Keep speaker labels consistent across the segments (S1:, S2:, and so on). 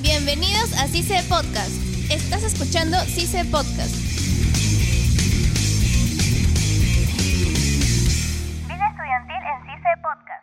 S1: Bienvenidos a CICE Podcast. Estás escuchando CICE Podcast.
S2: Vida Estudiantil en CICE Podcast.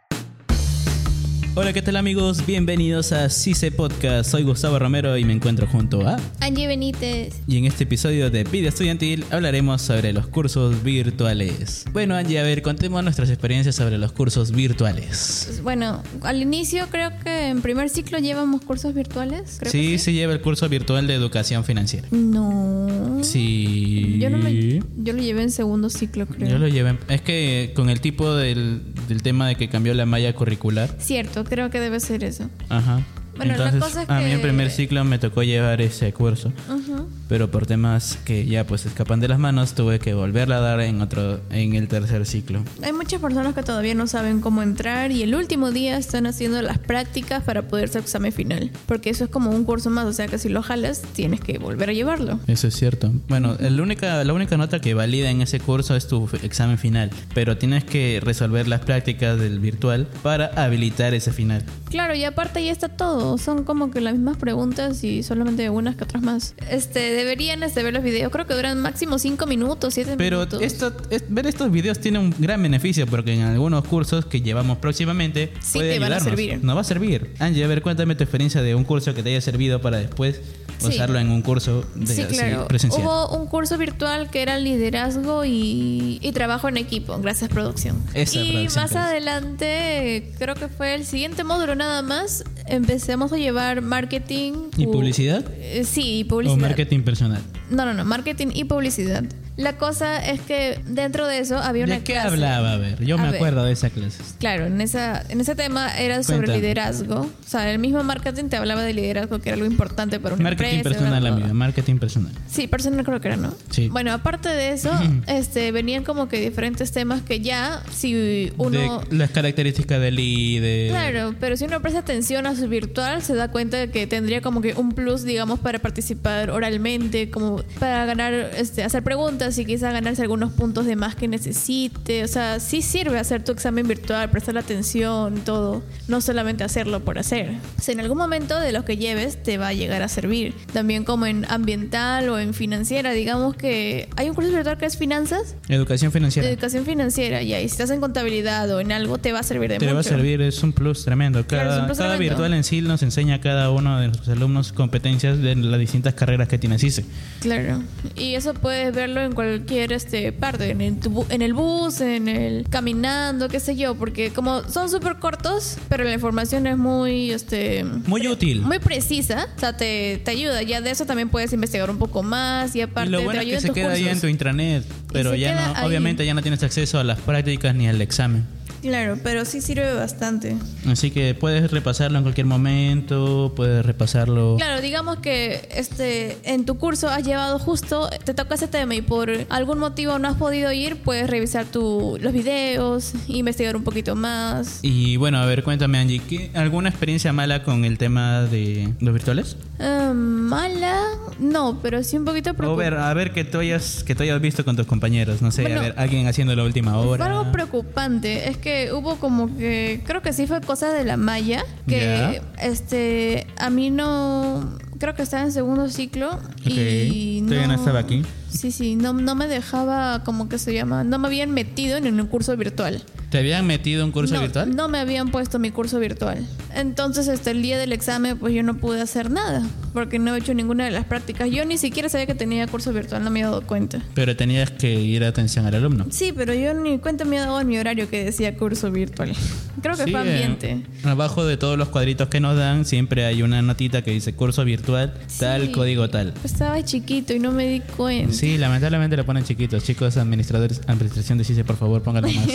S3: Hola, ¿qué tal amigos? Bienvenidos a CICE Podcast. Soy Gustavo Romero y me encuentro junto a...
S1: Angie Benítez.
S3: Y en este episodio de Vida Estudiantil hablaremos sobre los cursos virtuales. Bueno, Angie, a ver, contemos nuestras experiencias sobre los cursos virtuales.
S1: Pues, Bueno, al inicio creo que en primer ciclo llevamos cursos virtuales. creo
S3: sí,
S1: que
S3: se lleva el curso virtual de educación financiera.
S1: No.
S3: Sí.
S1: Mm, Yo, no lo, yo lo llevé en segundo ciclo, creo.
S3: Yo lo llevé. Es que con el tipo del, del tema de que cambió la malla curricular.
S1: Cierto, creo que debe ser eso.
S3: Ajá.
S1: Bueno, la
S3: Entonces,
S1: cosa es
S3: a mí
S1: que-
S3: en primer ciclo me tocó llevar ese curso.
S1: Ajá.
S3: pero por temas que ya pues escapan de las manos tuve que volverla a dar en otro en el tercer ciclo.
S1: Hay muchas personas que todavía no saben cómo entrar y el último día están haciendo las prácticas para poder hacer examen final. Porque eso es como un curso más, o sea que si lo jalas tienes que volver a llevarlo.
S3: Eso es cierto. Bueno, el única, la única nota que valida en ese curso es tu f- examen final, pero tienes que resolver las prácticas del virtual para habilitar ese final.
S1: Claro, y aparte ya está todo. Son como que las mismas preguntas y solamente unas que otras más. Este, deberían este, ver los videos. Creo que duran máximo 5 minutos, 7
S3: Pero
S1: minutos.
S3: esto, es- ver estos videos tiene un gran beneficio porque en algunos cursos que llevamos próximamente
S1: Sí
S3: puede
S1: te van a
S3: ayudarnos.
S1: servir.
S3: Nos va a servir. Angie, a ver, cuéntame tu experiencia de un curso que te haya servido para después
S1: Sí.
S3: usarlo en un curso de,
S1: sí,
S3: así,
S1: claro.
S3: presencial.
S1: Hubo un curso virtual que era liderazgo y, y trabajo en equipo. Gracias, producción.
S3: Esa
S1: y
S3: producción,
S1: más
S3: gracias.
S1: adelante, creo que fue el siguiente módulo nada más. Empecemos a llevar marketing.
S3: ¿Y
S1: pu-
S3: publicidad?
S1: Eh, sí, y
S3: O
S1: publicidad.
S3: marketing personal.
S1: No, no, no. Marketing y publicidad. La cosa es que dentro de eso había una
S3: ¿De qué
S1: clase-
S3: hablaba? A ver, yo
S1: A
S3: me
S1: ver.
S3: acuerdo de esa clase.
S1: Claro, en, esa, en ese tema era sobre
S3: Cuéntame.
S1: liderazgo. O sea, el mismo marketing te hablaba de liderazgo, que era algo importante para una
S3: Marketing
S1: empresa.
S3: personal,
S1: una-
S3: amigo, marketing personal.
S1: Sí, personal creo que era, ¿no?
S3: Sí.
S1: Bueno, aparte de eso, este, venían como que diferentes temas que ya, si uno...
S3: De las características del líder.
S1: Claro, pero si uno presta atención a su virtual, se da cuenta de que tendría como que un plus, digamos, para participar oralmente, como para ganar, este, hacer preguntas y quizás ganarse algunos puntos de más que necesite. O sea, sí sirve hacer tu examen virtual, prestar atención, todo. No solamente hacerlo por hacer. O sea, en algún momento de los que lleves te va a llegar a servir. También como en ambiental o en financiera, digamos que hay un curso virtual que es finanzas.
S3: Educación financiera.
S1: Educación financiera, ya, y si estás en contabilidad o en algo, te va a servir de
S3: Te
S1: mucho.
S3: va a servir, es un plus tremendo. Cada,
S1: Claro, es un plus
S3: cada
S1: tremendo.
S3: virtual en sí nos enseña a cada uno de nuestros alumnos competencias de las distintas carreras que tiene CICE.
S1: Claro, y eso puedes verlo en cualquier este parte, en el, tu bu- en el bus, en el caminando, qué sé yo, porque como son súper cortos, pero la información es muy este
S3: Muy útil.
S1: muy precisa, o sea, te, te ayuda, ya de eso también puedes investigar un poco más y
S3: y
S1: aparte
S3: lo
S1: te
S3: bueno es
S1: ayuda
S3: que
S1: en
S3: se
S1: tus
S3: queda ahí en
S1: cursos.
S3: tu intranet, pero
S1: se
S3: ya
S1: queda
S3: no,
S1: ahí.
S3: obviamente ya no tienes acceso a las prácticas ni al examen.
S1: Claro, pero sí sirve bastante.
S3: Así que puedes repasarlo en cualquier momento, puedes repasarlo.
S1: Claro, digamos que este en tu curso has llevado justo, te toca ese tema y por algún motivo no has podido ir, puedes revisar tu, los videos, investigar un poquito más.
S3: Y bueno, a ver, cuéntame Angie, ¿qué- ¿alguna experiencia mala con el tema de los virtuales?
S1: Ah, mala, no, pero sí un poquito
S3: O ver,
S1: preocupante.
S3: a ver que tú hayas, que tú hayas visto con tus compañeros, no sé,
S1: Bueno,
S3: a ver, alguien haciendo la última hora.
S1: algo preocupante es que hubo como que creo que sí fue cosa de la malla que
S3: Ya.
S1: este a mí no creo que estaba en segundo ciclo y
S3: Ok, todavía no estaba aquí.
S1: Sí, sí, no, no me dejaba como que se llama, no me habían metido en un curso virtual.
S3: ¿Te habían metido un curso
S1: no,
S3: virtual?
S1: No me habían puesto mi curso virtual. Entonces, hasta el día del examen, pues yo no pude hacer nada, porque no he hecho ninguna de las prácticas. Yo ni siquiera sabía que tenía curso virtual, no me había dado cuenta.
S3: Pero tenías que ir a atención al alumno.
S1: Sí, pero yo ni cuenta me he dado en mi horario que decía curso virtual. Creo que
S3: Sí,
S1: fue ambiente.
S3: eh, abajo de todos los cuadritos que nos dan, siempre hay una notita que dice curso virtual, tal
S1: Sí.
S3: código tal.
S1: Estaba chiquito y no me di cuenta.
S3: Sí, lamentablemente lo ponen chiquitos. Chicos, administradores, administración de CICE, por favor, pónganlo más,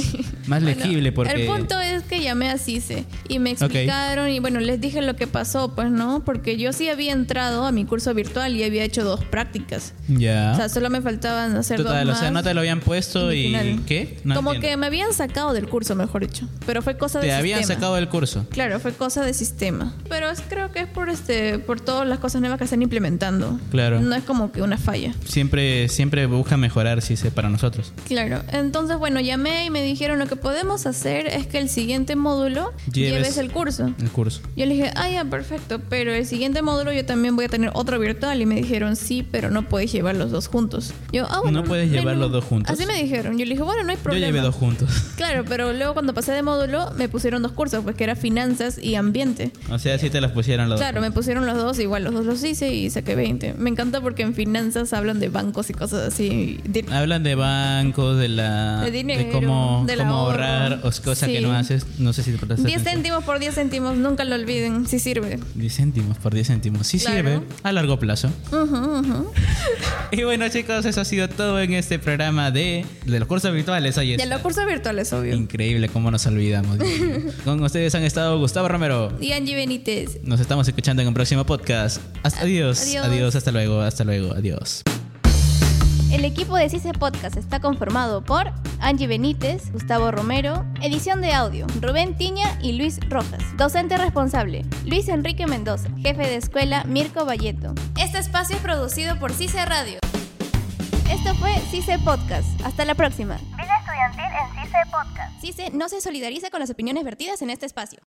S3: más
S1: Bueno,
S3: legible porque...
S1: El punto es que llamé a CICE y me explicaron y bueno, les dije lo que pasó, pues no, porque yo sí había entrado a mi curso virtual y había hecho dos prácticas.
S3: Ya.
S1: O sea, solo me faltaban hacer
S3: Ah. Total,
S1: dos
S3: o sea,
S1: más
S3: no te lo habían puesto y...
S1: final.
S3: ¿Qué? No
S1: Como
S3: entiendo.
S1: que me habían sacado del curso, mejor dicho. Pero fue cosa de
S3: Te habían
S1: sistema.
S3: sacado del curso.
S1: Claro, fue cosa de sistema. Pero es- creo que es por este, por todas las cosas nuevas que están implementando.
S3: Claro.
S1: No es como que una falla.
S3: Siempre, siempre busca mejorar, CICE, para nosotros.
S1: Claro. Entonces, bueno, llamé y me dijeron lo que podemos hacer es que el siguiente siguiente módulo
S3: Lleves-
S1: lleves, el curso.
S3: El curso.
S1: Yo le dije, ah, ya, perfecto, pero el siguiente módulo yo también voy a tener otro virtual. Y me dijeron, sí, pero no puedes llevar los dos juntos. Yo, ah, bueno.
S3: ¿No puedes
S1: hay
S3: llevar los
S1: ningún-".
S3: dos juntos?
S1: Así me dijeron. Yo le dije, bueno, no hay problema.
S3: Yo llevé dos juntos.
S1: Claro, pero luego cuando pasé de módulo me pusieron dos cursos, pues que era finanzas y ambiente.
S3: O sea, sí te las pusieron los
S1: Claro,
S3: dos.
S1: me pusieron los dos, igual los dos los hice y saqué 20. Me encanta porque en finanzas hablan de bancos y cosas así. de-
S3: Hablan de bancos, de la.
S1: De dinero,
S3: cómo,
S1: del
S3: cómo
S1: ahorro.
S3: ahorrar, o cosas que
S1: Sí.
S3: no haces. No sé si te prestaste
S1: 10
S3: atención.
S1: céntimos por 10 céntimos, nunca lo olviden, si sirve.
S3: 10 céntimos por 10 céntimos. Sí
S1: Claro.
S3: sirve a largo plazo.
S1: Ujú, ujú.
S3: Y bueno, chicos, eso ha sido todo en este programa de, de los cursos virtuales. Oye,
S1: De los cursos virtuales, obvio.
S3: increíble cómo nos olvidamos. Dios mío. Con ustedes han estado Gustavo Romero.
S1: Y Angie Benítez.
S3: Nos estamos escuchando en un próximo podcast. Hasta, adiós, adiós.
S1: adiós.
S3: hasta luego. Hasta luego. Adiós.
S4: El equipo de CICE Podcast está conformado por Angie Benítez, Gustavo Romero, edición de audio, Rubén Tiña y Luis Rojas. Docente responsable, Luis Enrique Mendoza, jefe de escuela, Mirko Valleto. Este espacio es producido por CICE Radio. Esto fue CICE Podcast. Hasta la próxima.
S2: Vida Estudiantil en CICE Podcast.
S4: CICE no se solidariza con las opiniones vertidas en este espacio.